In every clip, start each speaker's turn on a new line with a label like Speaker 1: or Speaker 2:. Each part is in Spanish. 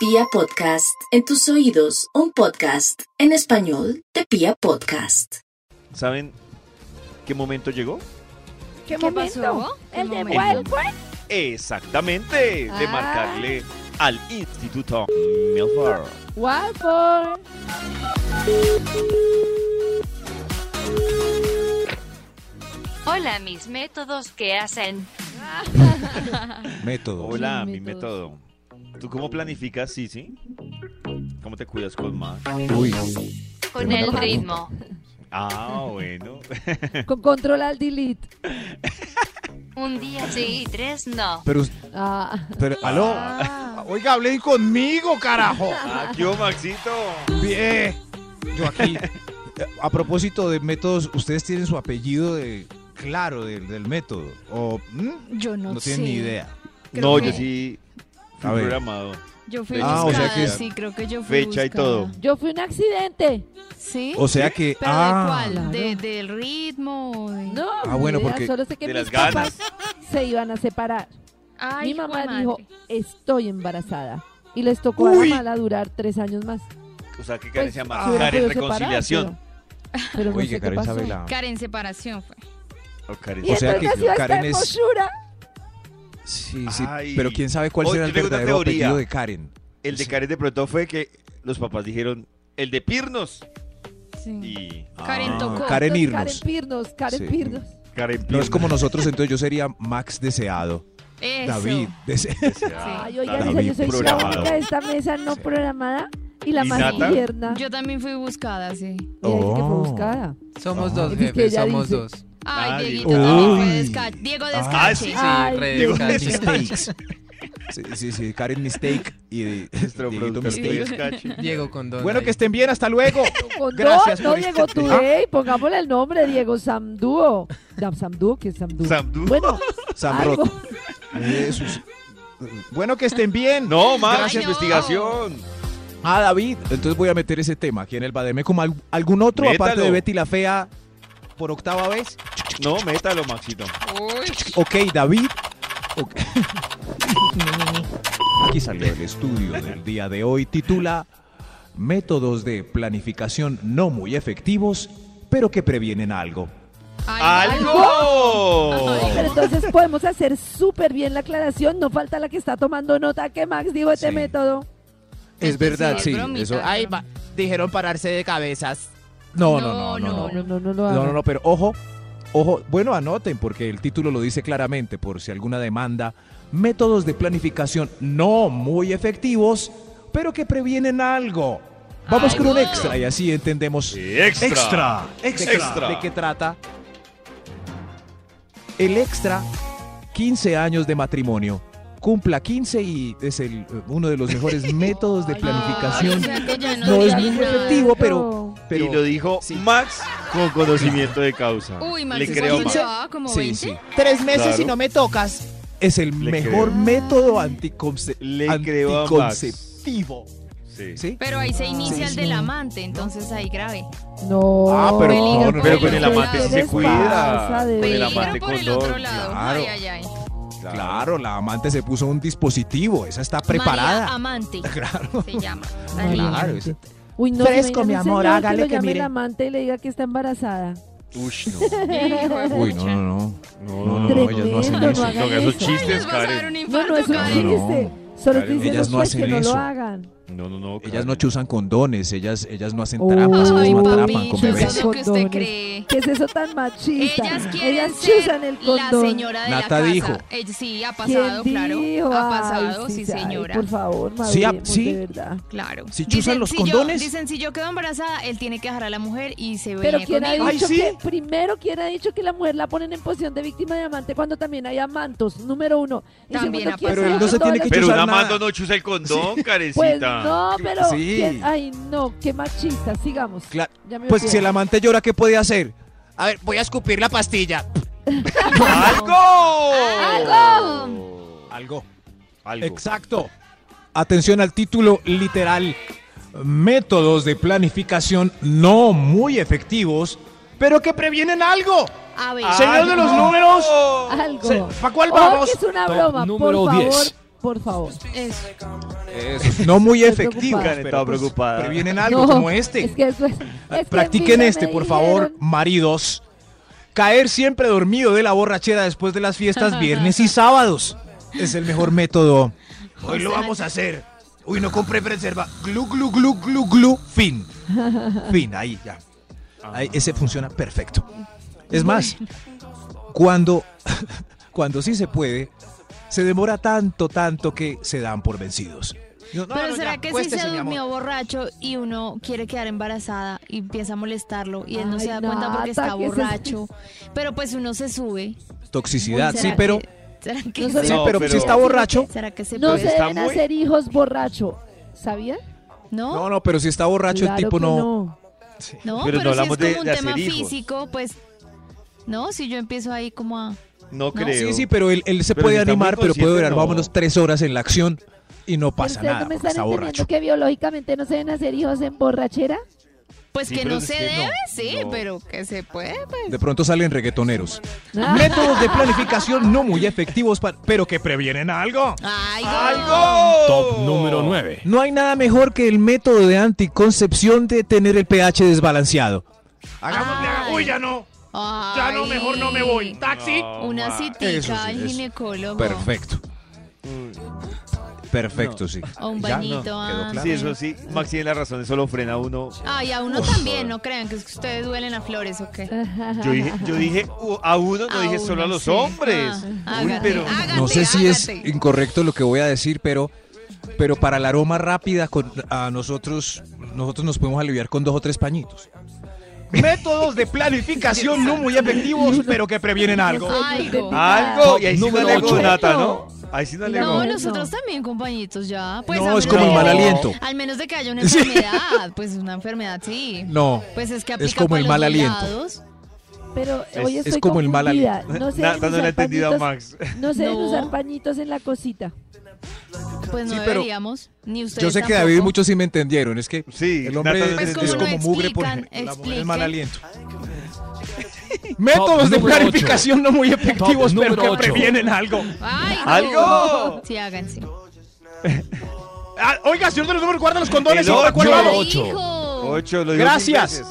Speaker 1: Pia Podcast, en tus oídos, un podcast en español de Pia Podcast.
Speaker 2: ¿Saben qué momento llegó?
Speaker 3: ¿Qué,
Speaker 4: ¿Qué
Speaker 3: momento?
Speaker 4: pasó?
Speaker 3: ¿El
Speaker 4: ¿Qué
Speaker 3: de
Speaker 4: momento?
Speaker 3: Wild
Speaker 2: Exactamente, de
Speaker 3: Ah.
Speaker 2: marcarle al Instituto Milford.
Speaker 3: Walford.
Speaker 4: Hola, mis métodos que hacen.
Speaker 5: Método.
Speaker 2: Hola, mi
Speaker 3: Mis
Speaker 2: método. ¿Tú cómo planificas, Sisi? ¿Cómo te cuidas con más?
Speaker 5: Uy.
Speaker 4: Con
Speaker 5: Tremenda
Speaker 4: el
Speaker 5: pregunta.
Speaker 4: ritmo.
Speaker 2: Ah, bueno.
Speaker 3: Con control al delete.
Speaker 4: Un día sí y tres no.
Speaker 5: Pero,
Speaker 3: Ah.
Speaker 5: pero, aló.
Speaker 6: Oiga, hablen conmigo, carajo.
Speaker 2: Ah, ¿Qué hubo, Maxito?
Speaker 5: Bien.
Speaker 6: Yo aquí.
Speaker 5: A propósito de métodos, ¿ustedes tienen su apellido de claro del, del método? ¿O mm?
Speaker 7: Yo no,
Speaker 5: no
Speaker 7: sé.
Speaker 5: tienen ni idea?
Speaker 7: Creo
Speaker 2: no,
Speaker 7: que-
Speaker 2: yo sí fui
Speaker 5: A ver.
Speaker 2: programado.
Speaker 7: Yo fui
Speaker 2: Ah,
Speaker 7: buscada,
Speaker 2: o sea
Speaker 5: que-
Speaker 7: sí, creo que yo fui
Speaker 2: Fecha y
Speaker 7: buscada.
Speaker 2: todo.
Speaker 3: Yo fui un accidente.
Speaker 7: ¿Sí?
Speaker 5: O sea que.
Speaker 7: ¿Pero
Speaker 5: ah,
Speaker 7: de
Speaker 3: claro.
Speaker 7: cuál? ¿De- ¿Del ritmo? o de-
Speaker 3: No,
Speaker 5: Ah, bueno,
Speaker 3: mira,
Speaker 5: porque-
Speaker 3: solo sé que
Speaker 2: de
Speaker 3: mis
Speaker 2: las ganas.
Speaker 3: papás se iban a separar.
Speaker 7: Ay,
Speaker 3: Mi mamá
Speaker 7: juemadre.
Speaker 3: dijo, estoy embarazada. Y les tocó a
Speaker 2: Uy.
Speaker 3: la mala durar tres años más.
Speaker 2: O sea, ¿qué Karen
Speaker 3: Pues,
Speaker 2: se llama?
Speaker 3: se hubieran
Speaker 2: Karen
Speaker 3: podido separar,
Speaker 2: Reconciliación.
Speaker 3: Pero, pero no
Speaker 5: Oye,
Speaker 3: sé qué
Speaker 5: Karen
Speaker 3: pasó.
Speaker 5: sabe la-
Speaker 7: Karen separación fue.
Speaker 2: O Karen-
Speaker 3: Y
Speaker 5: Oh, O sea que
Speaker 3: entonces iba a
Speaker 5: Karen
Speaker 3: estar
Speaker 5: es-
Speaker 3: hermosura.
Speaker 5: Sí, sí.
Speaker 2: Ay.
Speaker 5: Pero quién sabe cuál
Speaker 2: Oye,
Speaker 5: será
Speaker 2: yo
Speaker 5: el
Speaker 2: tengo una
Speaker 5: verdadero
Speaker 2: teoría.
Speaker 5: apellido de Karen.
Speaker 2: El de
Speaker 5: Sí.
Speaker 2: Karen de pronto fue que los papás dijeron, el de Pirnos.
Speaker 7: Sí.
Speaker 2: Y
Speaker 7: Karen
Speaker 5: Ah,
Speaker 7: tocó.
Speaker 5: Karen
Speaker 3: Entonces,
Speaker 5: Irnos.
Speaker 3: Karen Pirnos, Karen
Speaker 5: Sí.
Speaker 3: Pirnos.
Speaker 2: Karen
Speaker 5: No
Speaker 2: Pirnos.
Speaker 5: es como nosotros, entonces yo sería Max Deseado.
Speaker 7: Eso.
Speaker 5: David Deseado.
Speaker 3: Ay, oiga,
Speaker 2: David
Speaker 3: mira, yo soy la
Speaker 2: programado.
Speaker 3: única de esta mesa no programada y la
Speaker 2: ¿Y
Speaker 3: más
Speaker 2: Nata?
Speaker 3: tierna.
Speaker 7: Yo también fui buscada, sí.
Speaker 3: Mira, dice que fue
Speaker 5: Oh.
Speaker 3: buscada.
Speaker 8: Somos
Speaker 5: Ajá.
Speaker 8: dos,
Speaker 3: Es que
Speaker 8: jefe,
Speaker 3: ella
Speaker 8: somos
Speaker 3: dice-
Speaker 8: dos.
Speaker 7: Ay,
Speaker 2: Ah,
Speaker 7: Dieguito
Speaker 2: Diego.
Speaker 7: también
Speaker 5: Uy.
Speaker 7: fue desca- Diego
Speaker 2: Ah,
Speaker 7: Descache.
Speaker 2: sí, sí.
Speaker 3: Ay,
Speaker 8: re
Speaker 2: Diego
Speaker 8: descanche.
Speaker 5: Mistakes. Sí, sí, sí, Karen Mistake y de-
Speaker 2: Nuestro
Speaker 5: Dieguito
Speaker 2: productor
Speaker 5: Mistake.
Speaker 2: Luis Cachi.
Speaker 8: Diego con dos.
Speaker 6: Bueno,
Speaker 8: ahí.
Speaker 6: que estén bien, hasta luego.
Speaker 3: Con
Speaker 6: Gracias
Speaker 3: dos, no
Speaker 6: por
Speaker 3: Diego
Speaker 6: este-
Speaker 8: Ah.
Speaker 3: Today, pongámosle el nombre, Diego Samduo. Dam- Samduo, ¿qué es Samduo?
Speaker 2: Samdu.
Speaker 3: Bueno,
Speaker 5: Samrot.
Speaker 3: algo.
Speaker 5: Jesús.
Speaker 6: Bueno, que estén bien.
Speaker 2: No, Max,
Speaker 7: Ay, no.
Speaker 2: investigación.
Speaker 5: Ah, David. Entonces voy a meter ese tema aquí en el Bademecum. ¿Al- ¿Algún otro aparte
Speaker 2: Métalo.
Speaker 5: de Betty la Fea por octava vez?
Speaker 2: No, métalo, Maxito.
Speaker 7: Uy,
Speaker 5: Ok, David. Ok. Aquí salió el estudio del día de hoy. Titula Métodos de planificación no muy efectivos, pero que previenen algo.
Speaker 7: ay,
Speaker 2: ¡Algo!
Speaker 3: Pero entonces podemos hacer súper bien la aclaración. No falta la que está tomando nota que Max dijo este
Speaker 5: Sí.
Speaker 3: método.
Speaker 8: Es verdad,
Speaker 7: Sí,
Speaker 8: sí.
Speaker 7: bromita,
Speaker 8: eso.
Speaker 7: bromita.
Speaker 8: Ay, va- dijeron pararse de cabezas.
Speaker 5: No, no, no, no.
Speaker 7: No,
Speaker 5: no.
Speaker 3: No, no, no lo
Speaker 5: No,
Speaker 3: hagan.
Speaker 5: no, no, pero ojo, ojo, bueno, anoten porque el título lo dice claramente por si alguna demanda. Métodos de planificación no muy efectivos, pero que previenen algo. Vamos
Speaker 7: Ay,
Speaker 5: con un
Speaker 7: no.
Speaker 5: extra y así entendemos
Speaker 2: Extra.
Speaker 5: extra. ¿De qué trata? El extra, 15 años de matrimonio. Cumpla 15 y es el, eh, uno de los mejores métodos de
Speaker 3: Ay,
Speaker 7: ay, o
Speaker 5: planificación.
Speaker 7: sea que ya no,
Speaker 5: No es
Speaker 7: digas
Speaker 5: muy
Speaker 7: nada.
Speaker 5: efectivo, pero... pero
Speaker 2: y lo dijo
Speaker 5: sí.
Speaker 2: Max con conocimiento de causa.
Speaker 7: Uy, Max,
Speaker 2: Le
Speaker 7: ¿cuánto
Speaker 2: creo a Max.
Speaker 7: llevaba? ¿Como
Speaker 5: sí,
Speaker 7: 20?
Speaker 5: sí.
Speaker 8: Tres meses
Speaker 2: Claro.
Speaker 8: y no me tocas.
Speaker 5: Es el
Speaker 2: Le
Speaker 5: mejor
Speaker 2: creo.
Speaker 5: método anticonce-
Speaker 2: Le creo a Max.
Speaker 5: anticonceptivo.
Speaker 2: Sí.
Speaker 5: ¿Sí?
Speaker 7: Pero ahí se inicia
Speaker 5: Sí,
Speaker 7: el del amante, entonces ahí grave.
Speaker 3: No.
Speaker 2: Ah, pero-
Speaker 7: Peligro no, pero por con el el amante
Speaker 3: ¿Qué
Speaker 7: sí se
Speaker 3: les
Speaker 2: cuida.
Speaker 3: pasa,
Speaker 2: Con
Speaker 3: de
Speaker 2: el
Speaker 7: Peligro
Speaker 3: verdad?
Speaker 2: amante
Speaker 7: por el
Speaker 2: condón,
Speaker 7: otro lado.
Speaker 5: claro.
Speaker 7: Ay, ay, ay.
Speaker 5: Claro, la amante se puso un dispositivo, esa está
Speaker 7: María
Speaker 5: preparada.
Speaker 7: amante
Speaker 5: Claro.
Speaker 7: se llama.
Speaker 3: Ay,
Speaker 5: Claro,
Speaker 3: amante.
Speaker 5: eso.
Speaker 3: Uy, no,
Speaker 8: Fresco,
Speaker 3: imagínate
Speaker 8: mi
Speaker 3: un
Speaker 8: amor,
Speaker 3: señor
Speaker 8: hágale
Speaker 3: que, lo
Speaker 8: que
Speaker 3: llame
Speaker 8: mire.
Speaker 3: el amante y le diga que está embarazada.
Speaker 2: Ush, no.
Speaker 5: Uy, no, no, no. No, no, no,
Speaker 3: Tremendo,
Speaker 5: ellas no hacen
Speaker 3: no
Speaker 5: eso.
Speaker 3: hagan
Speaker 2: No, esos
Speaker 3: eso.
Speaker 2: chistes,
Speaker 7: Vas a dar
Speaker 2: Karen.
Speaker 7: un
Speaker 3: No,
Speaker 7: infarto,
Speaker 3: no, eso no
Speaker 7: Karen.
Speaker 5: Karen.
Speaker 3: existe. Solo que
Speaker 2: Karen,
Speaker 3: dicen
Speaker 5: ellas
Speaker 3: los
Speaker 5: no
Speaker 3: jueces
Speaker 5: hacen
Speaker 3: que no lo
Speaker 5: eso.
Speaker 3: hagan.
Speaker 2: No, no, no.
Speaker 5: Ellas
Speaker 2: Karen.
Speaker 5: no chuzan condones, ellas, ellas no hacen
Speaker 3: Oh.
Speaker 5: trampas, ellas
Speaker 7: Ay,
Speaker 5: no
Speaker 3: papito,
Speaker 5: atrapan con
Speaker 7: papito, eso es
Speaker 5: bebés.
Speaker 7: lo que usted
Speaker 3: Condones.
Speaker 7: cree.
Speaker 3: ¿Qué es eso tan machista?
Speaker 7: Ellas quieren
Speaker 3: chuzan
Speaker 7: ser
Speaker 3: el
Speaker 7: la
Speaker 3: condón.
Speaker 7: señora de la
Speaker 5: Nata
Speaker 7: casa.
Speaker 5: dijo.
Speaker 7: Eh, sí, ha
Speaker 3: ¿Quién
Speaker 7: pasado, claro.
Speaker 3: dijo?
Speaker 7: Ha
Speaker 3: Ay,
Speaker 7: pasado, sí,
Speaker 3: ay,
Speaker 7: señora.
Speaker 3: Por favor,
Speaker 5: Sí, ah,
Speaker 3: maduremos,
Speaker 5: sí.
Speaker 3: de verdad.
Speaker 7: Claro.
Speaker 5: Si chuzan los
Speaker 7: si
Speaker 5: condones.
Speaker 7: Yo, dicen, si yo quedo embarazada, él tiene que dejar a la mujer y se
Speaker 3: Pero
Speaker 7: viene
Speaker 3: quién ha
Speaker 7: conmigo.
Speaker 3: dicho
Speaker 6: Ay, sí.
Speaker 3: que primero quién ha dicho que la mujer la ponen en posición de víctima de amante cuando también hay amantos, número uno. Y
Speaker 7: También
Speaker 3: segundo,
Speaker 7: ha
Speaker 3: ¿quién
Speaker 7: pasado.
Speaker 3: se
Speaker 7: Pero
Speaker 5: él no se
Speaker 3: todas
Speaker 5: tiene
Speaker 3: las-
Speaker 5: que
Speaker 2: Pero
Speaker 5: chuzar
Speaker 2: un
Speaker 5: nada.
Speaker 2: amante no chuza el condón, Karencita.
Speaker 3: Pues no, pero
Speaker 5: Sí.
Speaker 3: ¿quién? ay no, qué machista, sigamos.
Speaker 5: Claro,
Speaker 3: Ya me
Speaker 5: Pues
Speaker 3: olvidé.
Speaker 5: si el amante llora, ¿qué puede hacer?
Speaker 8: A ver, voy a escupir la pastilla.
Speaker 2: ¡Algo!
Speaker 7: ¡Algo!
Speaker 5: Algo.
Speaker 2: Algo.
Speaker 5: Exacto. Atención al título literal. Métodos de planificación no muy efectivos, pero que previenen algo.
Speaker 7: A ver.
Speaker 5: Señor de los
Speaker 7: no.
Speaker 5: números.
Speaker 3: algo.
Speaker 5: ¿Para cuál
Speaker 3: Oh,
Speaker 5: vamos?
Speaker 3: que es una
Speaker 5: Top
Speaker 3: broma,
Speaker 5: número
Speaker 3: por favor,
Speaker 5: 10.
Speaker 3: por favor.
Speaker 7: Eso.
Speaker 5: Eso, no muy
Speaker 3: Estoy
Speaker 5: efectivos.
Speaker 3: preocupada.
Speaker 2: Karen estaba
Speaker 5: pues,
Speaker 2: preocupada.
Speaker 5: Previenen algo
Speaker 3: No,
Speaker 5: como este.
Speaker 3: Es que eso es- es que
Speaker 5: Practiquen
Speaker 3: mira,
Speaker 5: este,
Speaker 3: me
Speaker 5: por favor,
Speaker 3: dijeron-
Speaker 5: maridos. Caer siempre dormido de la borrachera después de las fiestas viernes y sábados es el mejor método. Hoy lo vamos a hacer. Uy, no compré preserva. Glu, glu, glu, glu, glu. Fin. Fin, ahí ya. Ahí, ese funciona perfecto. Es más, cuando, cuando sí se puede, se demora tanto, tanto que se dan por vencidos. No, no,
Speaker 7: Pero
Speaker 5: no,
Speaker 7: será
Speaker 5: ya,
Speaker 7: que si
Speaker 5: acuéstese,
Speaker 7: se
Speaker 5: mi amor.
Speaker 7: durmió borracho y uno quiere quedar embarazada y empieza a molestarlo y él no
Speaker 3: Ay,
Speaker 7: se da cuenta porque
Speaker 3: Nata,
Speaker 7: está
Speaker 3: ¿qué es
Speaker 7: borracho? Pero pues uno se sube.
Speaker 5: Toxicidad,
Speaker 7: ¿Será
Speaker 5: sí,
Speaker 7: que-
Speaker 5: pero,
Speaker 7: ¿Será que
Speaker 3: No,
Speaker 7: se-
Speaker 5: sí,
Speaker 2: No,
Speaker 5: pero
Speaker 2: pero-
Speaker 5: si está borracho,
Speaker 7: ¿Será que se
Speaker 3: No
Speaker 7: puede?
Speaker 3: se
Speaker 2: está
Speaker 3: deben
Speaker 2: muy-
Speaker 3: hacer hijos borracho, ¿sabían?
Speaker 7: ¿No?
Speaker 5: No, no, pero si está borracho
Speaker 3: ¿Oh? Claro
Speaker 5: el tipo
Speaker 3: que
Speaker 5: no.
Speaker 2: Pero no
Speaker 7: No, pero, si es
Speaker 2: hablamos
Speaker 7: como
Speaker 2: de-
Speaker 7: un
Speaker 2: de
Speaker 7: tema
Speaker 2: hacer hijos.
Speaker 7: físico, pues. No, si yo empiezo ahí como a.
Speaker 2: No creo.
Speaker 5: Sí, sí, pero él, él se
Speaker 2: Pero
Speaker 5: puede
Speaker 2: si está muy
Speaker 5: animar, pero puede
Speaker 2: consciente,
Speaker 5: durar,
Speaker 2: no.
Speaker 5: vámonos, tres horas en la acción y no
Speaker 3: Pero
Speaker 5: pasa
Speaker 3: ustedes
Speaker 5: nada
Speaker 3: no me
Speaker 5: porque
Speaker 3: están
Speaker 5: está
Speaker 3: entendiendo
Speaker 5: borracho.
Speaker 3: que biológicamente no se deben hacer hijos en borrachera.
Speaker 7: Pues
Speaker 2: Sí,
Speaker 7: que
Speaker 2: pero
Speaker 7: no
Speaker 2: es
Speaker 7: se
Speaker 2: que no,
Speaker 7: debe, sí,
Speaker 2: no.
Speaker 7: pero que se puede. pues.
Speaker 5: De pronto salen reggaetoneros.
Speaker 3: Ah.
Speaker 5: Métodos de planificación no muy efectivos, pa- pero que previenen algo.
Speaker 7: ¡Ay,
Speaker 9: Top número 9.
Speaker 5: No hay nada mejor que el método de anticoncepción de tener el pH desbalanceado.
Speaker 7: Hagámosle, haga- uy, ya
Speaker 5: no.
Speaker 7: Ya no, mejor no me voy.
Speaker 5: Taxi.
Speaker 7: Una citica
Speaker 5: Eso sí,
Speaker 7: al
Speaker 5: eso.
Speaker 7: ginecólogo.
Speaker 5: Perfecto.
Speaker 2: Mm.
Speaker 5: Perfecto, sí.
Speaker 7: O un
Speaker 5: Ya, no,
Speaker 7: bañito.
Speaker 5: quedó
Speaker 7: ah.
Speaker 5: claro.
Speaker 2: Sí, eso sí. Max tiene la razón, eso lo frena a uno.
Speaker 7: Ay, a uno también, no crean que es que ustedes duelen a flores o qué.
Speaker 2: Yo dije, yo dije uh, a uno, no
Speaker 7: A
Speaker 2: dije solo a
Speaker 7: uno,
Speaker 2: los
Speaker 7: sí.
Speaker 2: hombres.
Speaker 7: Ah,
Speaker 2: Uy,
Speaker 7: hágate,
Speaker 2: pero.
Speaker 7: hágate.
Speaker 5: No sé si es
Speaker 7: hágate.
Speaker 5: incorrecto lo que voy a decir, pero, pero para la aroma rápida con, a nosotros, nosotros nos podemos aliviar con dos o tres pañitos.
Speaker 6: Métodos de planificación no muy efectivos, pero que previenen algo.
Speaker 7: Algo.
Speaker 2: Algo, y ahí sí no
Speaker 5: Número
Speaker 2: alegó
Speaker 5: ocho.
Speaker 2: Nata, ¿no? Ahí sí no alegó.
Speaker 7: No, nosotros también, compañitos, ya. Pues,
Speaker 5: No,
Speaker 7: a menos
Speaker 5: es como el
Speaker 7: de-
Speaker 5: mal aliento.
Speaker 7: Al menos de que haya una enfermedad, pues una enfermedad, sí.
Speaker 5: No.
Speaker 7: Pues es que
Speaker 5: Es
Speaker 7: aplica
Speaker 5: como
Speaker 7: para
Speaker 5: el
Speaker 7: los
Speaker 5: mal
Speaker 7: dos
Speaker 5: aliento.
Speaker 7: lados.
Speaker 3: Pero
Speaker 2: Es-
Speaker 3: hoy
Speaker 5: es
Speaker 3: estoy
Speaker 5: como el mal
Speaker 3: confundida. No se deben
Speaker 2: Nata no
Speaker 3: usar
Speaker 2: le ha entendido a
Speaker 3: pañitos-
Speaker 2: Max.
Speaker 3: No se deben
Speaker 7: No.
Speaker 3: usar pañitos en la cosita.
Speaker 7: Pues no
Speaker 5: Sí, pero
Speaker 7: deberíamos, ni ustedes
Speaker 5: Yo sé que
Speaker 7: tampoco.
Speaker 5: David y muchos sí me entendieron. Es que
Speaker 2: Sí,
Speaker 5: el hombre
Speaker 2: Nata
Speaker 5: es,
Speaker 2: no
Speaker 5: es
Speaker 7: entendió.
Speaker 5: como
Speaker 7: Pues como
Speaker 5: mugre,
Speaker 7: lo
Speaker 5: por
Speaker 7: explican,
Speaker 5: ejemplo. La mujer es
Speaker 7: expliquen.
Speaker 5: mal aliento.
Speaker 6: Métodos de
Speaker 9: número ocho.
Speaker 6: planificación no muy efectivos,
Speaker 9: Top
Speaker 6: pero que
Speaker 9: número ocho.
Speaker 6: previenen algo.
Speaker 7: Ay, no.
Speaker 2: ¡Algo!
Speaker 7: Sí, háganse.
Speaker 6: Ah, oiga, señor de los números, guarda los condones.
Speaker 2: El
Speaker 6: ¿Ahora cuál
Speaker 2: ocho.
Speaker 6: vamos?
Speaker 9: Ocho.
Speaker 7: Hijo.
Speaker 2: Ocho, lo digo
Speaker 6: Gracias.
Speaker 2: mil veces.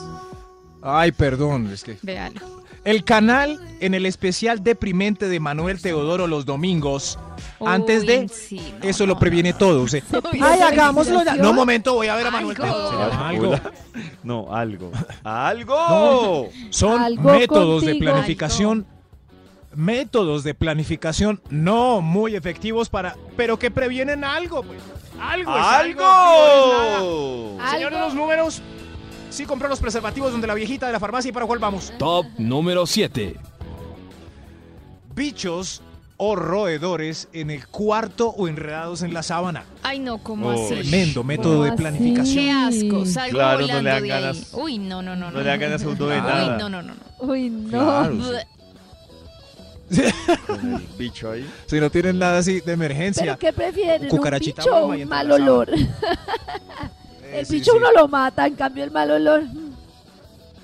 Speaker 5: Ay, perdón, es que.
Speaker 7: Véalo.
Speaker 5: El canal en el especial deprimente de Manuel Teodoro los domingos, antes
Speaker 7: Uy,
Speaker 5: de.
Speaker 7: sí, no,
Speaker 5: Eso lo
Speaker 7: no,
Speaker 5: previene todo. o sea,
Speaker 3: pierde
Speaker 5: Ay,
Speaker 3: la
Speaker 5: hagámoslo. ya".
Speaker 3: inspiración.
Speaker 5: No, momento, voy a ver a Manuel
Speaker 7: Algo.
Speaker 5: Teodoro.
Speaker 2: Señora,
Speaker 5: Algo.
Speaker 2: hola. No, algo. ¡Algo!
Speaker 5: Son
Speaker 3: Algo
Speaker 5: métodos de
Speaker 3: contigo.
Speaker 5: planificación. Métodos de planificación no muy efectivos para.
Speaker 6: Pero que previenen algo, pues. Algo. es algo.
Speaker 2: ¡Algo!
Speaker 6: Señor de los números, sí compró los preservativos donde la viejita de la farmacia y para cuál vamos.
Speaker 9: Top número 7.
Speaker 5: bichos o roedores en el cuarto o enredados en la sábana.
Speaker 7: Ay, no, ¿cómo
Speaker 2: Oh,
Speaker 7: así?
Speaker 5: Tremendo método de
Speaker 3: así?
Speaker 5: planificación.
Speaker 7: Qué asco, salgo
Speaker 2: Claro, no le
Speaker 7: volando
Speaker 2: dan
Speaker 7: de ahí.
Speaker 2: ganas.
Speaker 7: Uy, no, no, no.
Speaker 2: No le hagan eso de
Speaker 7: Uy,
Speaker 2: nada.
Speaker 7: no, no, no. no.
Speaker 3: Uy, no.
Speaker 5: Claro.
Speaker 7: Bleh.
Speaker 2: Con el bicho ahí.
Speaker 5: Si no tienen nada así de emergencia.
Speaker 3: ¿Pero qué prefieren? ¿Un
Speaker 5: Cucarachita
Speaker 3: bicho o
Speaker 5: broma y
Speaker 3: un
Speaker 5: entra
Speaker 3: mal
Speaker 5: la sábana.
Speaker 3: olor?
Speaker 5: eh,
Speaker 3: El bicho uno lo mata, en cambio el mal olor.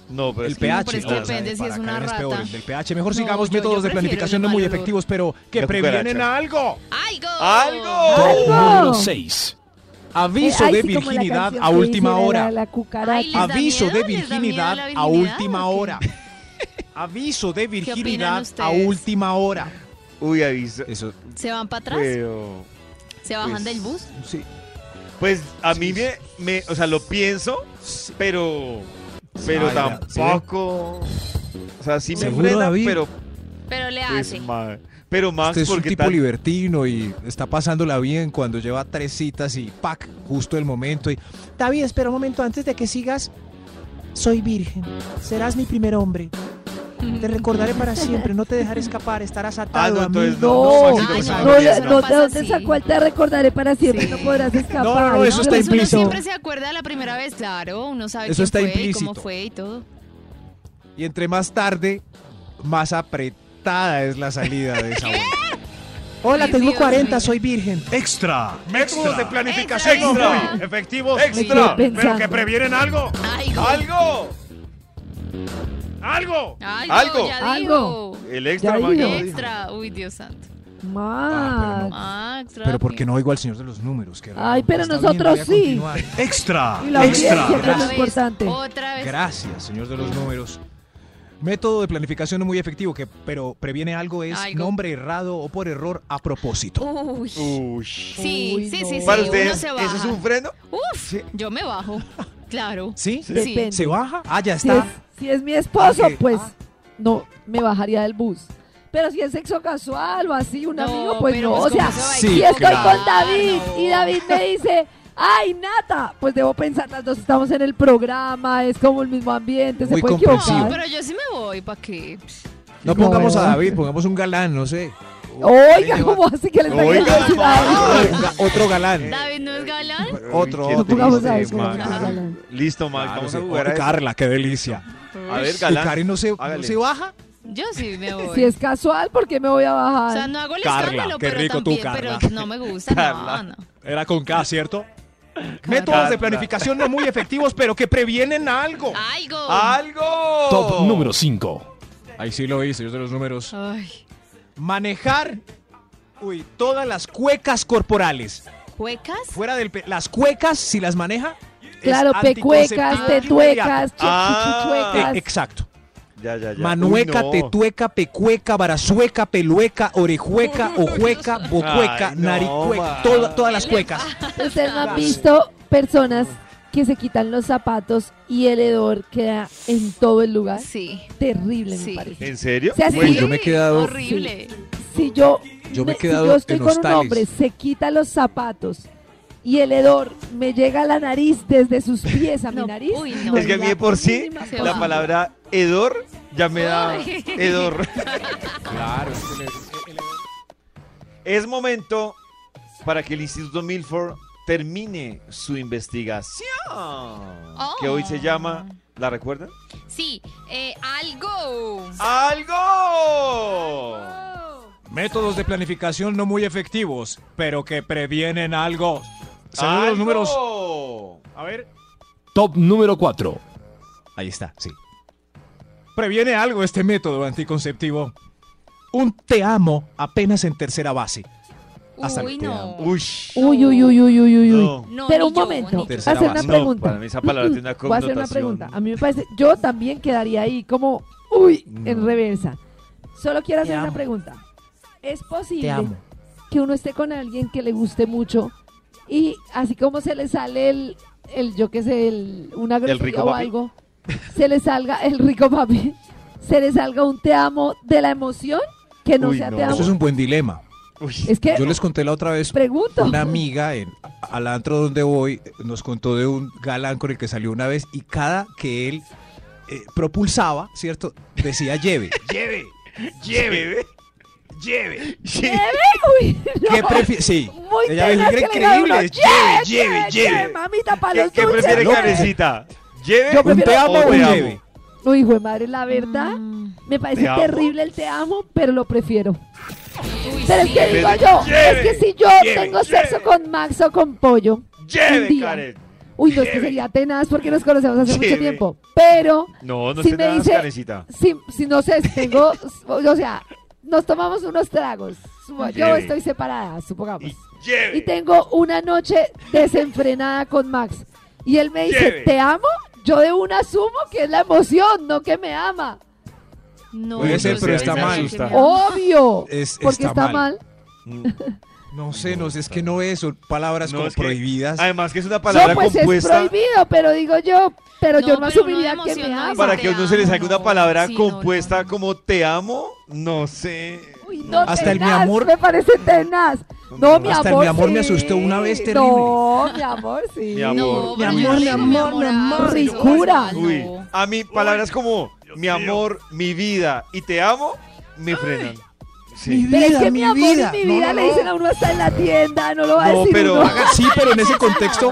Speaker 2: No, pero
Speaker 5: El
Speaker 2: es que-
Speaker 5: pH.
Speaker 7: pero es que
Speaker 5: no,
Speaker 7: depende si
Speaker 5: para
Speaker 7: es una
Speaker 5: Karen
Speaker 7: rata.
Speaker 5: peor, el del pH. Mejor
Speaker 7: No,
Speaker 5: sigamos
Speaker 7: yo-
Speaker 5: métodos
Speaker 7: yo
Speaker 5: de
Speaker 7: prefiero
Speaker 5: planificación
Speaker 7: el
Speaker 5: no muy
Speaker 7: mal olor.
Speaker 5: efectivos, pero
Speaker 2: La
Speaker 5: que previenen
Speaker 2: cucaracha.
Speaker 5: algo.
Speaker 7: ¡Algo!
Speaker 2: ¡Algo!
Speaker 9: Top número
Speaker 3: ¡Algo!
Speaker 9: 6.
Speaker 5: Aviso
Speaker 3: Eh, ay,
Speaker 5: de
Speaker 3: sí, como la
Speaker 5: virginidad
Speaker 3: canción
Speaker 5: a
Speaker 3: que
Speaker 5: última
Speaker 3: hicieron, era
Speaker 5: hora.
Speaker 3: La
Speaker 7: Ay,
Speaker 3: cucaracha.
Speaker 7: ¿les da
Speaker 5: Aviso de
Speaker 7: miedo? ¿Les da
Speaker 5: virginidad
Speaker 7: miedo la
Speaker 5: a
Speaker 7: virginidad
Speaker 5: última
Speaker 7: o qué?
Speaker 5: hora. Aviso de
Speaker 7: opinan
Speaker 5: virginidad a
Speaker 7: ustedes?
Speaker 5: última hora.
Speaker 2: Uy, aviso.
Speaker 5: Eso,
Speaker 7: ¿Se van para atrás?
Speaker 2: Pero.
Speaker 7: ¿Se bajan
Speaker 2: pues,
Speaker 7: del bus?
Speaker 5: sí.
Speaker 2: Pues a mí me, me- O sea, lo pienso, pero. Pero
Speaker 5: Ay, mira, ¿sí ve?
Speaker 2: tampoco. O sea, sí me
Speaker 5: ¿Seguro,
Speaker 2: frena,
Speaker 5: David?
Speaker 2: pero.
Speaker 7: Pero le
Speaker 2: pues,
Speaker 7: hace.
Speaker 2: ma- pero Max,
Speaker 5: Este es un
Speaker 2: porque
Speaker 5: tipo
Speaker 2: tan-
Speaker 5: libertino y está pasándola bien cuando lleva tres citas y ¡pac! Justo el momento. Y, David, espera un momento antes de que sigas. Soy virgen. Serás mi primer hombre. Te recordaré para siempre. No te dejaré escapar. Estarás
Speaker 2: Ah,
Speaker 5: atado
Speaker 2: no,
Speaker 5: a mí.
Speaker 2: entonces no.
Speaker 3: No,
Speaker 2: Maxito,
Speaker 7: Ay,
Speaker 2: pues,
Speaker 7: no,
Speaker 2: a mí
Speaker 3: No,
Speaker 2: es-
Speaker 7: ya
Speaker 3: no, no,
Speaker 7: no.
Speaker 3: te- no
Speaker 7: Pasa
Speaker 3: te
Speaker 7: así.
Speaker 3: sacual, te recordaré para siempre,
Speaker 7: Sí.
Speaker 3: no podrás escapar.
Speaker 5: No, no, no, eso está
Speaker 3: Pero
Speaker 7: uno
Speaker 5: implícito.
Speaker 7: siempre se acuerda de la primera vez, claro. Uno sabe
Speaker 5: Eso
Speaker 7: quién
Speaker 5: está
Speaker 7: fue y
Speaker 5: implícito.
Speaker 7: cómo fue y todo.
Speaker 5: Y entre más tarde, más apretada es la salida de esa boda. Hola,
Speaker 7: Ay, Dios mío.
Speaker 5: soy virgen.
Speaker 9: Extra.
Speaker 6: Métodos de planificación
Speaker 7: Extra.
Speaker 6: no muy efectivos, pero
Speaker 2: ¡Extra!
Speaker 3: Me quedé
Speaker 6: que
Speaker 3: pensando.
Speaker 6: previenen algo.
Speaker 7: ¡Algo!
Speaker 2: ¡Algo!
Speaker 6: Algo.
Speaker 7: ¡Algo!
Speaker 2: Algo.
Speaker 7: ya
Speaker 3: Algo.
Speaker 7: digo.
Speaker 2: El extra,
Speaker 3: Ya
Speaker 2: Max, ya
Speaker 3: digo.
Speaker 2: lo dijo.
Speaker 7: ¡Extra! Uy, Dios santo.
Speaker 5: Ah, pero
Speaker 3: Max.
Speaker 7: Max,
Speaker 5: Pero
Speaker 7: rápido.
Speaker 5: porque no oigo al señor de los números. Qué raro.
Speaker 3: Ay, pero
Speaker 5: Está
Speaker 3: nosotros
Speaker 5: bien, voy a
Speaker 3: sí.
Speaker 5: continuar.
Speaker 9: Extra.
Speaker 3: Y la audiencia que es
Speaker 7: Otra
Speaker 3: lo
Speaker 7: vez,
Speaker 3: importante.
Speaker 7: Otra vez.
Speaker 5: Gracias, señor de los números. Método de planificación muy efectivo que pero previene algo es
Speaker 7: Algo.
Speaker 5: nombre errado o por error a propósito.
Speaker 7: Uy.
Speaker 2: Uy.
Speaker 7: Sí,
Speaker 3: Uy,
Speaker 7: sí,
Speaker 3: no.
Speaker 7: sí, sí.
Speaker 2: Para
Speaker 7: uno
Speaker 2: ustedes,
Speaker 7: se
Speaker 2: ¿eso es
Speaker 7: baja.
Speaker 2: un freno?
Speaker 7: Uf, yo me bajo. Claro.
Speaker 5: ¿Sí?
Speaker 7: Sí.
Speaker 3: Depende.
Speaker 5: ¿Se baja? Ah, ya
Speaker 3: Si
Speaker 5: está.
Speaker 3: es, si es mi esposo,
Speaker 5: Ah, ok.
Speaker 3: pues
Speaker 5: Ah.
Speaker 3: no me bajaría del bus. Pero si es sexo casual o así, un
Speaker 7: No,
Speaker 3: amigo, pues
Speaker 7: pero
Speaker 3: no.
Speaker 7: pues
Speaker 3: o sea,
Speaker 7: ¿cómo se va a
Speaker 3: si
Speaker 5: equivocar?
Speaker 3: estoy con
Speaker 7: Claro.
Speaker 3: David y David me dice, ¡ay, Nata! Pues debo pensar, las dos estamos en el programa, es como el mismo ambiente,
Speaker 5: Muy
Speaker 3: se puede
Speaker 5: comprensivo.
Speaker 7: No,
Speaker 3: equivocar.
Speaker 7: pero yo sí me voy, ¿para qué?
Speaker 5: No pongamos a
Speaker 3: No.
Speaker 5: David, pongamos un galán, no sé.
Speaker 3: Oiga, ¿cómo así que le está
Speaker 2: Oiga,
Speaker 3: queriendo decir algo?
Speaker 5: Un ga- Otro galán.
Speaker 7: David no es galán.
Speaker 5: Otro,
Speaker 2: qué
Speaker 3: No
Speaker 5: otro.
Speaker 3: pongamos a
Speaker 2: triste,
Speaker 3: David como
Speaker 2: Max.
Speaker 3: que es galán.
Speaker 2: Listo, Max,
Speaker 5: Claro,
Speaker 2: vamos
Speaker 5: sí.
Speaker 2: a jugar a
Speaker 5: Oh,
Speaker 2: eso.
Speaker 5: Carla, qué delicia.
Speaker 2: A ver,
Speaker 5: Uy,
Speaker 2: galán.
Speaker 5: Karen no se, no
Speaker 2: Hágale.
Speaker 5: se baja.
Speaker 7: Yo sí me voy.
Speaker 3: Si es casual, ¿por qué me voy a
Speaker 7: o sea,
Speaker 3: bajar?
Speaker 7: no hago el
Speaker 5: Carla,
Speaker 7: escándalo,
Speaker 5: qué
Speaker 7: pero
Speaker 5: rico tú,
Speaker 7: también,
Speaker 5: Carla.
Speaker 7: pero no me gusta,
Speaker 2: Carla.
Speaker 7: no, no.
Speaker 5: Era con K, ¿cierto?
Speaker 6: Métodos de
Speaker 2: Carla.
Speaker 6: planificación no muy efectivos, pero que previenen algo.
Speaker 7: Algo.
Speaker 6: ¡Algo!
Speaker 9: Top número 5.
Speaker 5: Ahí sí lo hice, yo de los números.
Speaker 7: Ay,
Speaker 5: Manejar. Uy, todas las cuecas corporales.
Speaker 7: ¿Cuecas?
Speaker 5: Fuera del. pe- Las cuecas, si las maneja. es
Speaker 3: Claro, pecuecas,
Speaker 5: anticonceptivo inmediato.
Speaker 3: tetuecas, chu-
Speaker 2: Ah.
Speaker 5: Eh,
Speaker 3: chuchuecas.
Speaker 5: exacto.
Speaker 2: Ya, ya, ya.
Speaker 5: Manueca,
Speaker 2: Uy, no.
Speaker 5: tetueca, pecueca, barazueca, pelueca, orejueca, ojueca, bocueca,
Speaker 2: Ay, no,
Speaker 5: naricueca.
Speaker 2: ma.
Speaker 5: todo- todas las cuecas.
Speaker 3: Ustedes no han visto personas que se quitan los zapatos y el hedor queda en todo el lugar.
Speaker 7: Sí.
Speaker 3: Terrible, me
Speaker 7: Sí.
Speaker 3: parece.
Speaker 2: ¿En serio?
Speaker 3: O sea, si,
Speaker 5: Güey, yo me he quedado-
Speaker 7: Horrible.
Speaker 3: si yo,
Speaker 5: yo me he
Speaker 3: si
Speaker 5: quedado
Speaker 3: yo estoy
Speaker 5: en
Speaker 3: con
Speaker 5: hostales.
Speaker 3: un hombre, se quita los zapatos y el hedor me llega a la nariz desde sus pies a mi
Speaker 7: No,
Speaker 3: nariz.
Speaker 7: uy, no.
Speaker 3: no
Speaker 2: Es que a
Speaker 3: hay
Speaker 2: mí
Speaker 3: la
Speaker 2: de por sí,
Speaker 3: mínima
Speaker 7: se
Speaker 2: la
Speaker 7: va.
Speaker 2: palabra hedor ya me da
Speaker 7: Ay.
Speaker 2: hedor. Es momento para que el Instituto Milford termine su investigación.
Speaker 7: Oh.
Speaker 2: Que hoy se llama, ¿la recuerdan?
Speaker 7: Sí, eh, algo.
Speaker 2: ¡Algo!
Speaker 5: Métodos de planificación no muy efectivos, pero que previenen algo. Señor de los
Speaker 2: ¡Algo!
Speaker 5: números. A ver.
Speaker 9: Top número 4.
Speaker 5: Ahí está, sí. Previene algo este método anticonceptivo. Un te amo apenas en tercera base. Hasta
Speaker 7: Uy,
Speaker 5: que te
Speaker 7: no.
Speaker 5: amo.
Speaker 2: Ush.
Speaker 3: Uy, uy, uy, uy, uy, uy. uy.
Speaker 2: No.
Speaker 7: No,
Speaker 3: Pero
Speaker 7: ni
Speaker 3: un
Speaker 7: yo,
Speaker 3: momento,
Speaker 7: ni
Speaker 3: voy
Speaker 7: yo.
Speaker 3: a hacer una
Speaker 2: No,
Speaker 3: pregunta.
Speaker 2: para mí esa palabra tiene una
Speaker 3: Voy a hacer una
Speaker 2: connotación.
Speaker 3: pregunta. A mí me parece, yo también quedaría ahí como, uy, en reversa. Solo quiero hacer una pregunta. ¿Es posible que uno esté con alguien que le guste mucho y así como se le sale el, el yo qué sé, el, una grosería
Speaker 2: rico
Speaker 3: o
Speaker 2: papi.
Speaker 3: algo, se le salga el rico papi, se le salga un te amo de la emoción que no
Speaker 2: Uy,
Speaker 3: sea
Speaker 2: no.
Speaker 3: te amo?
Speaker 5: Eso es un buen dilema.
Speaker 2: Uy.
Speaker 3: Es que
Speaker 5: Yo les conté la otra vez
Speaker 3: pregunto.
Speaker 5: Una amiga en, al antro donde voy eh, nos contó de un galán con el que salió una vez y cada que él eh, propulsaba, ¿cierto? Decía lleve.
Speaker 6: Lleve, lleve, lleve.
Speaker 3: Uy, no.
Speaker 5: ¿Qué prefi- Sí.
Speaker 3: Muy
Speaker 5: Ella me dijo,
Speaker 3: tenaz
Speaker 5: "Era
Speaker 3: que le digan a uno,
Speaker 5: increíble.
Speaker 3: "Lleve,
Speaker 6: lleve, lleve".
Speaker 3: Mamita, para
Speaker 2: ¿Qué,
Speaker 3: los
Speaker 2: qué
Speaker 3: dulces.
Speaker 2: prefiere
Speaker 3: lleve".
Speaker 2: Karencita? ¿Lleve
Speaker 3: Yo
Speaker 5: Un te
Speaker 3: prefiero-
Speaker 5: amo o
Speaker 2: o
Speaker 5: un
Speaker 2: te amo?
Speaker 5: lleve.
Speaker 3: No, hijo de madre, la verdad,
Speaker 7: Mm.
Speaker 3: me parece
Speaker 2: Te amo.
Speaker 3: terrible el te amo, pero lo prefiero.
Speaker 7: Uy,
Speaker 3: Pero es
Speaker 7: sí.
Speaker 3: que digo yo, es que si yo tengo sexo con Max o con Pollo, un
Speaker 2: ¡Lleve,
Speaker 3: día-
Speaker 2: Karen!
Speaker 3: uy, no es que sería tenaz porque nos conocemos hace mucho
Speaker 2: Lleve.
Speaker 3: tiempo, pero
Speaker 2: No, no
Speaker 3: Si
Speaker 2: te
Speaker 3: me
Speaker 2: das,
Speaker 3: dice-
Speaker 2: Karencita.
Speaker 3: si, si no sé, tengo, o sea, nos tomamos unos tragos, supo- yo
Speaker 2: Lleve.
Speaker 3: estoy separada, supongamos.
Speaker 2: Y lleve.
Speaker 3: Pues, y tengo una noche desenfrenada con Max. Y él me dice,
Speaker 2: Lleve.
Speaker 3: ¿te amo? Yo de una asumo que es la emoción, no que me ama.
Speaker 7: No,
Speaker 5: Puede ser,
Speaker 7: yo
Speaker 5: pero
Speaker 7: sí
Speaker 5: está
Speaker 7: pensaría
Speaker 5: mal.
Speaker 7: que me ama.
Speaker 3: Obvio.
Speaker 5: Es-
Speaker 3: porque
Speaker 5: está
Speaker 3: está mal.
Speaker 5: mal.
Speaker 2: Mm.
Speaker 5: No sé, no sé, es que no es, son palabras
Speaker 2: No,
Speaker 5: como
Speaker 2: es que-
Speaker 5: prohibidas.
Speaker 2: Además que es una
Speaker 3: No,
Speaker 2: palabra
Speaker 3: pues es
Speaker 2: compuesta
Speaker 3: prohibido, pero digo yo, pero
Speaker 7: No,
Speaker 3: yo no
Speaker 7: pero uno de
Speaker 3: asumiría que
Speaker 7: emoción
Speaker 3: me
Speaker 7: no
Speaker 3: ama.
Speaker 7: dice
Speaker 2: para que a
Speaker 7: te
Speaker 2: uno se le
Speaker 7: amo,
Speaker 2: saque una
Speaker 7: no.
Speaker 2: palabra
Speaker 7: Sí, no, no,
Speaker 2: compuesta
Speaker 7: no.
Speaker 2: como te amo, no sé.
Speaker 3: Uy, no,
Speaker 5: Hasta el mi
Speaker 3: tenaz,
Speaker 5: amor-
Speaker 3: Me parece tenaz. No, mi amor.
Speaker 5: Hasta el mi amor me
Speaker 3: sí.
Speaker 5: asustó una vez terrible.
Speaker 3: No, mi amor, sí.
Speaker 2: Mi amor.
Speaker 7: No, pero
Speaker 5: Mi
Speaker 7: yo
Speaker 5: amor,
Speaker 7: sí
Speaker 5: mi
Speaker 7: me
Speaker 5: amor, mi
Speaker 7: enamoraba,
Speaker 3: amor.
Speaker 7: sí,
Speaker 3: Ricura.
Speaker 7: no.
Speaker 2: Uy, a mí palabras como mi amor, mi vida y te amo me frenan. Sí.
Speaker 3: Pero es
Speaker 5: Vida,
Speaker 3: que
Speaker 5: mi
Speaker 3: mi amor
Speaker 5: vida.
Speaker 3: y
Speaker 5: No,
Speaker 3: mi vida
Speaker 5: no,
Speaker 3: le
Speaker 5: no.
Speaker 3: dicen a uno hasta en la tienda, no lo va a
Speaker 2: No,
Speaker 3: decir
Speaker 2: pero
Speaker 3: uno.
Speaker 5: Haga- Sí, pero en ese contexto.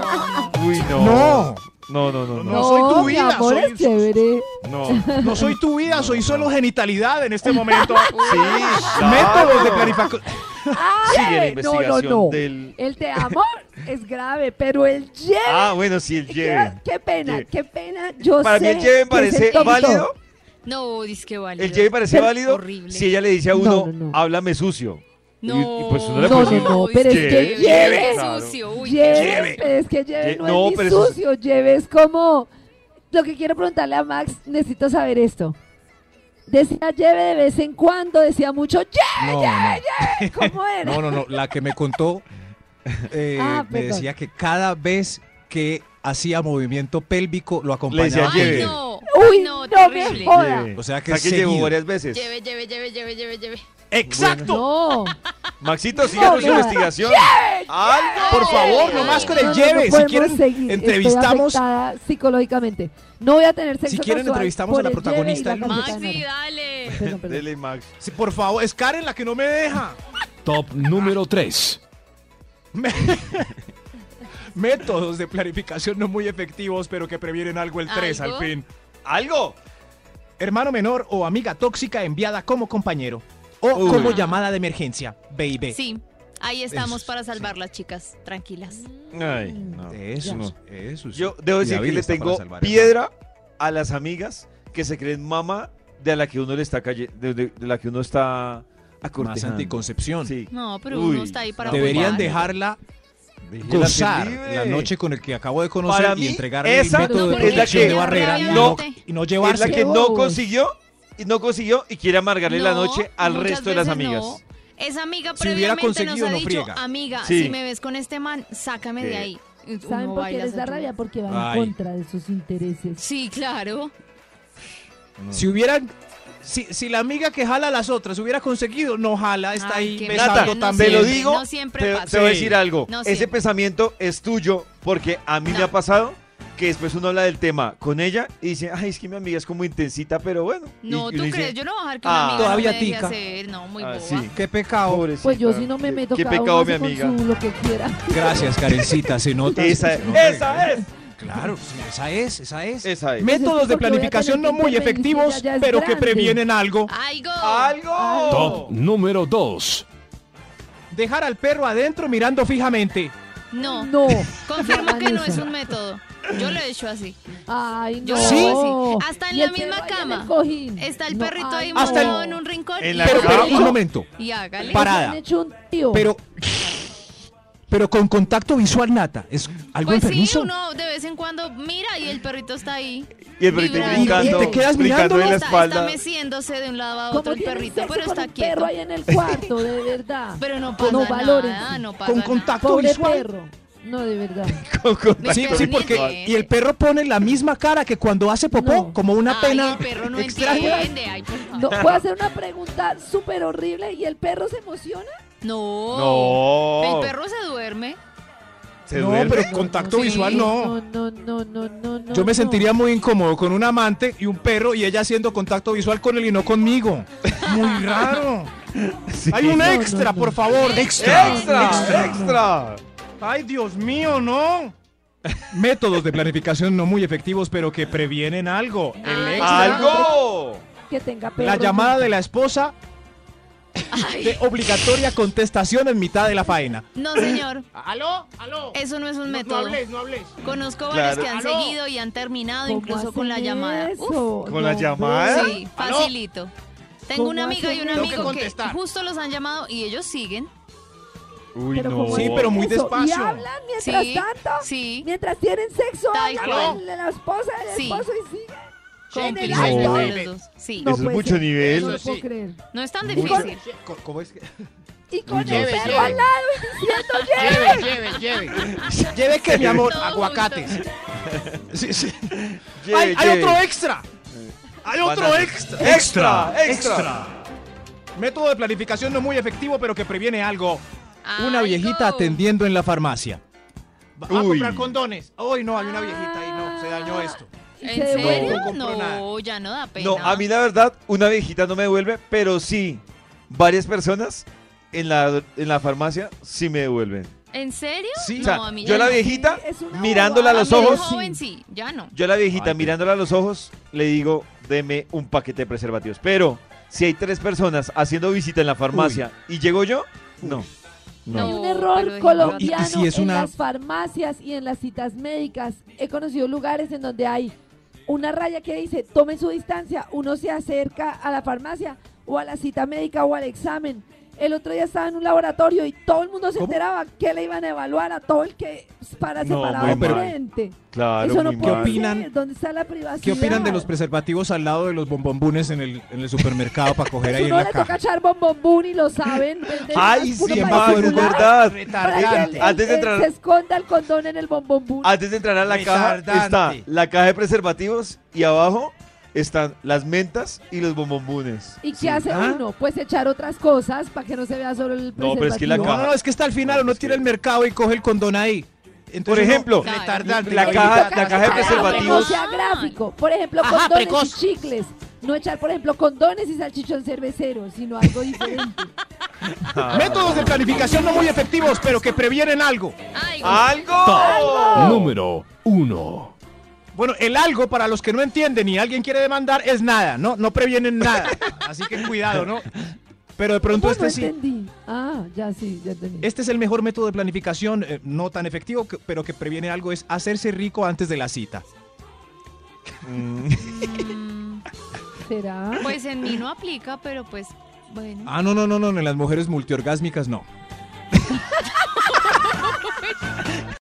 Speaker 2: Uy, no.
Speaker 5: No.
Speaker 2: No, no, no, no.
Speaker 6: No soy tu
Speaker 3: mi
Speaker 6: vida,
Speaker 3: amor
Speaker 6: soy-
Speaker 3: es chévere.
Speaker 2: No.
Speaker 6: No soy tu vida, soy solo genitalidad en este momento.
Speaker 2: Sí,
Speaker 6: Métodos de
Speaker 2: claro.
Speaker 6: planificación.
Speaker 2: Sigue la
Speaker 3: Ay, no, no,
Speaker 2: investigación
Speaker 3: no.
Speaker 2: del
Speaker 3: El te amo es grave, pero el lleve.
Speaker 2: Ah, bueno, sí, el
Speaker 3: qué,
Speaker 2: lleve.
Speaker 3: qué pena,
Speaker 2: lleve.
Speaker 3: qué pena. Yo
Speaker 2: Para mí
Speaker 3: sé
Speaker 2: el lleve me
Speaker 3: que es el
Speaker 2: parece
Speaker 3: top
Speaker 2: válido.
Speaker 3: top.
Speaker 7: No, disque válido.
Speaker 2: El lleve me parece
Speaker 3: Pero-
Speaker 2: válido
Speaker 7: Horrible.
Speaker 2: si ella le dice a
Speaker 3: No,
Speaker 2: uno,
Speaker 3: no, no.
Speaker 2: háblame sucio.
Speaker 7: No.
Speaker 2: y pues uno le
Speaker 3: No,
Speaker 2: puede
Speaker 3: no, no,
Speaker 7: Uy,
Speaker 3: pero es
Speaker 7: sí,
Speaker 2: que
Speaker 7: uy,
Speaker 3: lleve,
Speaker 7: qué
Speaker 2: claro.
Speaker 7: sucio, uy,
Speaker 3: Lleves,
Speaker 2: Lleve.
Speaker 3: pero es que lleve
Speaker 2: Lle-
Speaker 3: no,
Speaker 2: no,
Speaker 3: es ni
Speaker 2: pero eso es-
Speaker 3: sucio, lleve es como... Lo que quiero preguntarle a Max, necesito saber esto. Decía lleve de vez en cuando, decía mucho lleve,
Speaker 5: No,
Speaker 3: lleve, lleve. ¿Cómo era?
Speaker 5: No, no, no. La que me contó eh,
Speaker 3: Ah,
Speaker 5: me
Speaker 3: perdón.
Speaker 5: decía que cada vez que hacía movimiento pélvico lo
Speaker 2: Le decía,
Speaker 5: acompañaba. con
Speaker 2: lleve.
Speaker 7: Ay,
Speaker 5: el-
Speaker 7: no.
Speaker 3: Uy,
Speaker 7: Uy,
Speaker 3: no
Speaker 7: no,
Speaker 3: me
Speaker 7: terrible.
Speaker 3: jodas. Hola.
Speaker 2: Lleve.
Speaker 5: O sea que
Speaker 2: O sea que llevo
Speaker 5: seguido.
Speaker 2: varias veces.
Speaker 7: Lleve, lleve, lleve, lleve, lleve, lleve.
Speaker 2: Exacto.
Speaker 3: No.
Speaker 2: Maxito, siga
Speaker 3: No,
Speaker 2: con su
Speaker 3: no.
Speaker 2: investigación. Algo, por
Speaker 8: Por favor, nomás con el lleve. si
Speaker 3: podemos
Speaker 8: quieren,
Speaker 3: seguir, estoy
Speaker 5: entrevistamos-
Speaker 3: afectada psicológicamente. No voy a tener sexo
Speaker 5: Si quieren,
Speaker 3: casual
Speaker 5: entrevistamos a
Speaker 3: por
Speaker 5: la
Speaker 3: el lleve
Speaker 5: protagonista
Speaker 3: y
Speaker 5: del
Speaker 3: la
Speaker 5: lunes.
Speaker 3: camiseta de
Speaker 7: Maxi,
Speaker 3: Nara.
Speaker 7: dale.
Speaker 3: Perdón, perdón.
Speaker 2: Dele, Max.
Speaker 5: Sí, por favor, es Karen la que no me deja.
Speaker 9: Top número 3.
Speaker 5: Métodos de planificación no muy efectivos, pero que previenen algo el 3 al
Speaker 7: ¿Algo?
Speaker 5: fin.
Speaker 2: Algo.
Speaker 5: Hermano menor o amiga tóxica enviada como compañero o
Speaker 2: Uy.
Speaker 5: como llamada de emergencia, baby.
Speaker 7: Sí, ahí estamos
Speaker 5: Eso,
Speaker 7: para salvarlas, chicas. Tranquilas.
Speaker 2: Ay,
Speaker 3: Mm.
Speaker 2: no.
Speaker 5: Eso,
Speaker 2: No.
Speaker 5: eso. sí.
Speaker 2: Eh, Yo debo
Speaker 5: Y
Speaker 2: decir que
Speaker 5: David
Speaker 2: le
Speaker 5: está para
Speaker 2: tengo
Speaker 5: salvar, hermano.
Speaker 2: piedra a las amigas que se creen mamá de a la que uno le está calle, de, de- de la que uno está
Speaker 5: Más
Speaker 2: acortejando.
Speaker 5: anticoncepción.
Speaker 2: Sí.
Speaker 7: No, pero
Speaker 2: Uy,
Speaker 7: uno está ahí para
Speaker 5: Deberían
Speaker 7: jugar.
Speaker 5: dejarla
Speaker 2: Déjela
Speaker 5: gozar
Speaker 2: que vive.
Speaker 5: la noche con el que acabo de conocer
Speaker 2: Para
Speaker 5: y
Speaker 2: mí,
Speaker 5: entregarle el
Speaker 2: esa
Speaker 5: método de
Speaker 7: es la
Speaker 5: protección
Speaker 7: que-
Speaker 5: de barrera y
Speaker 2: no-
Speaker 5: no, y no
Speaker 2: Es la
Speaker 5: llevarse.
Speaker 2: que
Speaker 3: Qué
Speaker 2: no
Speaker 3: bobos.
Speaker 2: consiguió y no consiguió y quiere amargarle la
Speaker 7: No,
Speaker 2: noche al
Speaker 7: muchas
Speaker 2: resto de las
Speaker 7: veces
Speaker 2: amigas.
Speaker 7: no. Esa amiga
Speaker 5: Si hubiera
Speaker 7: previamente nos
Speaker 5: conseguido,
Speaker 7: ha
Speaker 5: no
Speaker 7: dicho,
Speaker 5: friega.
Speaker 7: amiga,
Speaker 2: Sí.
Speaker 7: si me ves con este man, sácame
Speaker 2: Sí.
Speaker 7: de ahí.
Speaker 3: ¿Saben por
Speaker 7: Uno
Speaker 3: qué
Speaker 7: baila
Speaker 3: les da
Speaker 7: esa
Speaker 3: rabia?
Speaker 7: chula.
Speaker 3: Porque van
Speaker 5: Ay.
Speaker 3: en contra de sus intereses.
Speaker 7: Sí, claro.
Speaker 5: Si hubieran, si, si la amiga que jala a las otras hubiera conseguido, no jala, está
Speaker 7: Ay,
Speaker 5: ahí
Speaker 7: qué
Speaker 5: besando
Speaker 2: Nata, te
Speaker 5: también.
Speaker 2: lo
Speaker 7: siempre,
Speaker 2: digo,
Speaker 7: no siempre
Speaker 2: te,
Speaker 7: pasa.
Speaker 2: te voy a
Speaker 5: Sí.
Speaker 2: decir algo.
Speaker 7: No
Speaker 2: Ese
Speaker 7: siempre.
Speaker 2: pensamiento es tuyo porque a mí me
Speaker 7: No.
Speaker 2: ha pasado que después uno habla del tema con ella y dice, ay, es que mi amiga es como intensita, pero bueno. Y-
Speaker 7: No,
Speaker 2: y
Speaker 7: ¿tú
Speaker 2: uno dice,
Speaker 7: crees? Yo no voy a dejar que una
Speaker 2: Ah.
Speaker 7: amiga
Speaker 5: Todavía
Speaker 7: no me deje
Speaker 5: tica.
Speaker 7: hacer. No, muy
Speaker 2: Ah,
Speaker 7: boba.
Speaker 2: sí.
Speaker 5: Qué pecado.
Speaker 2: Pobrecita,
Speaker 3: Pues yo sí no me
Speaker 2: qué-
Speaker 3: meto
Speaker 2: Qué
Speaker 3: cada uno
Speaker 2: pecado, mi
Speaker 3: hace con
Speaker 2: amiga.
Speaker 3: su lo que quiera.
Speaker 5: Gracias, Karencita, se nota.
Speaker 2: Esa,
Speaker 5: se nota.
Speaker 2: esa es.
Speaker 5: Claro, sí, esa es, esa es.
Speaker 2: Esa es.
Speaker 5: Métodos de
Speaker 3: Porque voy a
Speaker 5: planificación
Speaker 3: tener
Speaker 5: no
Speaker 3: que
Speaker 5: muy
Speaker 3: intervenir,
Speaker 5: efectivos,
Speaker 3: ya es
Speaker 5: pero que
Speaker 3: grande.
Speaker 5: previenen algo.
Speaker 7: Algo.
Speaker 2: ¡Algo!
Speaker 9: Top número 2.
Speaker 5: Dejar al perro adentro mirando fijamente.
Speaker 7: No,
Speaker 3: No.
Speaker 7: confirmo que no es
Speaker 3: Vanessa.
Speaker 7: un método. Yo lo he hecho así.
Speaker 3: Ay, no.
Speaker 7: Yo hago así. Hasta en
Speaker 3: Y
Speaker 7: la
Speaker 3: el
Speaker 7: misma
Speaker 3: perro ahí en
Speaker 7: cama.
Speaker 3: el cojín.
Speaker 7: Está el
Speaker 3: No,
Speaker 7: perrito
Speaker 3: ay,
Speaker 7: ahí
Speaker 3: no.
Speaker 5: Hasta el-
Speaker 7: montado en un rincón
Speaker 2: En
Speaker 7: y,
Speaker 2: la
Speaker 5: Pero,
Speaker 2: cama.
Speaker 5: pero, un momento.
Speaker 7: y hágale.
Speaker 5: Para-
Speaker 3: Se
Speaker 5: parada.
Speaker 3: han hecho un tío.
Speaker 5: Pero, pero con contacto visual nata. Es algo
Speaker 7: Pues sí,
Speaker 5: enfermizo.
Speaker 7: uno de vez en cuando mira y el perrito está ahí.
Speaker 2: Y el perrito
Speaker 7: Vibrando.
Speaker 2: brincando,
Speaker 5: Y te quedas
Speaker 2: brincando en
Speaker 5: mirándolo.
Speaker 2: la
Speaker 7: está, está
Speaker 2: espalda.
Speaker 7: meciéndose de un lado a
Speaker 3: ¿Cómo
Speaker 7: otro el
Speaker 3: tienen
Speaker 7: perrito,
Speaker 3: sexo
Speaker 7: pero
Speaker 3: con
Speaker 7: está
Speaker 3: un perro
Speaker 7: quieto.
Speaker 3: ahí en el cuarto, de verdad.
Speaker 7: Pero no pasa
Speaker 3: No
Speaker 7: nada,
Speaker 3: valórense.
Speaker 7: no pasa
Speaker 5: Con
Speaker 7: nada.
Speaker 5: contacto
Speaker 3: Pobre
Speaker 5: visual.
Speaker 3: perro. No, de verdad.
Speaker 2: Con contacto
Speaker 5: Sí,
Speaker 7: Pero
Speaker 5: sí,
Speaker 7: ni
Speaker 5: porque
Speaker 7: idea.
Speaker 5: y el perro pone la misma cara que cuando hace popó,
Speaker 3: No.
Speaker 5: como una
Speaker 7: Ay,
Speaker 5: pena
Speaker 7: el perro no
Speaker 5: extraña.
Speaker 7: entiende. Ay, por favor.
Speaker 3: No, voy a hacer una pregunta súper horrible y el perro se emociona.
Speaker 7: No.
Speaker 2: No.
Speaker 7: El perro se duerme.
Speaker 2: Se
Speaker 5: no,
Speaker 2: duerme.
Speaker 5: pero contacto
Speaker 7: Sí.
Speaker 5: visual no.
Speaker 3: No, no, no, no, no.
Speaker 5: Yo me
Speaker 3: no.
Speaker 5: sentiría muy incómodo con un amante y un perro y ella haciendo contacto visual con él y no conmigo. Muy raro.
Speaker 2: Sí.
Speaker 5: Hay un
Speaker 3: No, no,
Speaker 5: extra,
Speaker 3: no.
Speaker 5: por favor.
Speaker 2: ¡Extra! ¡Extra!
Speaker 5: Ay, Dios mío, no. Métodos de planificación no muy efectivos, pero que previenen algo. El
Speaker 7: Ay,
Speaker 5: extra.
Speaker 2: ¡Algo!
Speaker 3: Que tenga perro.
Speaker 5: La llamada de la esposa de obligatoria contestación en mitad de la faena.
Speaker 7: No, señor.
Speaker 8: ¿Aló? ¿Aló?
Speaker 7: Eso no es un
Speaker 8: No, no
Speaker 7: método.
Speaker 8: hables, no hables.
Speaker 7: Conozco varios
Speaker 2: Claro.
Speaker 7: que han
Speaker 8: Aló.
Speaker 7: seguido y han terminado
Speaker 3: ¿Cómo
Speaker 7: incluso con la
Speaker 3: hacen
Speaker 7: llamada.
Speaker 3: eso?
Speaker 7: Uf,
Speaker 2: ¿Con la
Speaker 3: No,
Speaker 2: llamada?
Speaker 3: no.
Speaker 7: sí,
Speaker 8: Aló.
Speaker 7: facilito. Tengo
Speaker 3: ¿Cómo
Speaker 7: una amiga y
Speaker 3: hacen
Speaker 7: un
Speaker 3: eso?
Speaker 7: amigo
Speaker 8: Tengo que
Speaker 7: que
Speaker 8: contestar.
Speaker 7: justo los han llamado y ellos siguen.
Speaker 2: Uy,
Speaker 3: Pero
Speaker 2: no.
Speaker 3: ¿cómo
Speaker 5: Sí,
Speaker 3: hacen
Speaker 5: pero muy
Speaker 3: eso? Y
Speaker 5: despacio.
Speaker 3: hablan mientras
Speaker 7: Sí,
Speaker 3: tanto.
Speaker 7: Sí.
Speaker 3: Mientras tienen sexo,
Speaker 7: Tal
Speaker 3: hablan
Speaker 8: cual.
Speaker 3: con la esposa del
Speaker 7: Sí.
Speaker 3: esposo y siguen. En el
Speaker 7: Cómplices
Speaker 3: acto.
Speaker 7: entre los dos. Sí.
Speaker 3: No
Speaker 2: Eso es
Speaker 3: puede
Speaker 2: mucho
Speaker 3: ser.
Speaker 2: nivel.
Speaker 3: No lo
Speaker 8: Eso
Speaker 3: puedo
Speaker 8: sí.
Speaker 3: creer.
Speaker 7: No es tan
Speaker 2: Mucho.
Speaker 7: difícil.
Speaker 5: ¿Cómo es que?
Speaker 3: Y con
Speaker 2: Lleve,
Speaker 3: el perro
Speaker 8: lleve.
Speaker 3: al lado y diciendo lleve.
Speaker 8: Lleve, lleve, lleve.
Speaker 5: Lleve que mi amor.
Speaker 7: Todo
Speaker 8: Aguacates.
Speaker 7: junto.
Speaker 5: Sí, sí.
Speaker 2: Lleve,
Speaker 5: hay, hay
Speaker 2: lleve.
Speaker 5: otro extra. Hay otro
Speaker 2: Banana.
Speaker 5: extra.
Speaker 2: Extra, extra.
Speaker 5: Método de planificación no muy efectivo, pero que previene algo. Una
Speaker 7: Algo.
Speaker 5: viejita atendiendo en la farmacia. Va a
Speaker 2: Uy.
Speaker 5: comprar condones. Hoy no,
Speaker 3: Ah.
Speaker 5: hay una viejita ahí, no, se dañó esto.
Speaker 3: Y
Speaker 7: ¿En
Speaker 3: se devuelve.
Speaker 7: serio?
Speaker 5: No compro
Speaker 7: No, ya no da pena.
Speaker 2: No, a mí la verdad, una viejita no me devuelve, pero sí, varias personas en la, en la farmacia sí me devuelven.
Speaker 7: ¿En serio?
Speaker 2: Sí,
Speaker 7: no,
Speaker 2: o sea,
Speaker 7: a mí
Speaker 2: yo
Speaker 7: ya
Speaker 2: la
Speaker 7: no.
Speaker 2: viejita,
Speaker 3: Es una
Speaker 2: mirándola a
Speaker 7: A
Speaker 2: los
Speaker 7: mí de
Speaker 2: ojos,
Speaker 7: joven sí, ya no.
Speaker 2: yo la viejita
Speaker 5: Ay,
Speaker 2: mirándola a los ojos, le digo, deme un paquete de preservativos. Pero si hay tres personas haciendo visita en la farmacia y llego yo, no.
Speaker 3: Y
Speaker 2: No.
Speaker 3: un
Speaker 7: No, pero
Speaker 3: error
Speaker 7: de-
Speaker 3: colombiano
Speaker 5: No, y- y si es
Speaker 3: en
Speaker 5: una-
Speaker 3: las farmacias y en las citas médicas. He conocido lugares en donde hay una raya que dice tomen su distancia, uno se acerca a la farmacia o a la cita médica o al examen El otro día estaba en un laboratorio y todo el mundo se enteraba que le iban a evaluar a todo el que para
Speaker 2: No,
Speaker 3: separado
Speaker 2: muy mal.
Speaker 3: frente.
Speaker 2: Claro,
Speaker 3: Eso no
Speaker 2: muy
Speaker 3: puede
Speaker 2: mal.
Speaker 3: ser.
Speaker 5: opinan?
Speaker 3: ¿Dónde está la privacidad?
Speaker 5: ¿Qué opinan de los preservativos al lado de los bombombunes en el, en el supermercado para coger ahí
Speaker 3: Si
Speaker 5: en
Speaker 3: uno
Speaker 5: la
Speaker 3: le toca
Speaker 5: caja?
Speaker 3: echar bombón y lo saben. venden
Speaker 2: Ay,
Speaker 3: más puro
Speaker 2: sí,
Speaker 3: para
Speaker 2: Max, es
Speaker 3: circular,
Speaker 2: verdad.
Speaker 3: para que el-
Speaker 5: Retardante.
Speaker 3: el-
Speaker 2: Antes de
Speaker 3: el
Speaker 2: entrar- Ah,
Speaker 3: se esconda el condón en el bombón.
Speaker 2: Antes de entrar a la caja está
Speaker 5: Retardante.
Speaker 2: la caja de preservativos y abajo están las mentas y los bombombunes.
Speaker 3: ¿Y qué
Speaker 2: Sí.
Speaker 3: hace
Speaker 5: ¿Ah?
Speaker 3: uno? Pues echar otras cosas para que no se vea solo el
Speaker 2: No, pero es que la
Speaker 5: No,
Speaker 3: preservativo.
Speaker 5: no, no, es que está al final, uno tira el mercado y coge el condón ahí. Entonces
Speaker 2: Por
Speaker 5: uno-
Speaker 2: ejemplo,
Speaker 5: Retardante.
Speaker 2: la
Speaker 3: Pero
Speaker 2: caja-
Speaker 3: toca
Speaker 2: la caja de
Speaker 3: separar,
Speaker 2: preservativos-
Speaker 3: Que no sea gráfico. Por ejemplo,
Speaker 8: Ajá,
Speaker 3: condones
Speaker 8: precoz.
Speaker 3: y chicles. No echar, por ejemplo, condones y salchichón cervecero, sino algo diferente.
Speaker 2: Ah.
Speaker 5: Métodos de planificación no muy efectivos, pero que previenen algo.
Speaker 4: Ay,
Speaker 2: ¡Algo!
Speaker 9: número 1.
Speaker 5: Bueno, el algo, para los que no entienden y alguien quiere demandar, es nada, ¿no? No previenen nada. Así que cuidado, ¿no? Pero de pronto
Speaker 3: ¿Cómo?
Speaker 5: este
Speaker 3: no
Speaker 5: sí.
Speaker 3: entendí. Ah, ya sí, ya entendí.
Speaker 5: Este es el mejor método de planificación, eh, no tan efectivo, que- pero que previene algo, es hacerse rico antes de la cita.
Speaker 7: Mm,
Speaker 3: ¿Será?
Speaker 7: Pues en mí no aplica, pero pues bueno.
Speaker 5: Ah, no, no, no, no, en las mujeres multiorgásmicas no.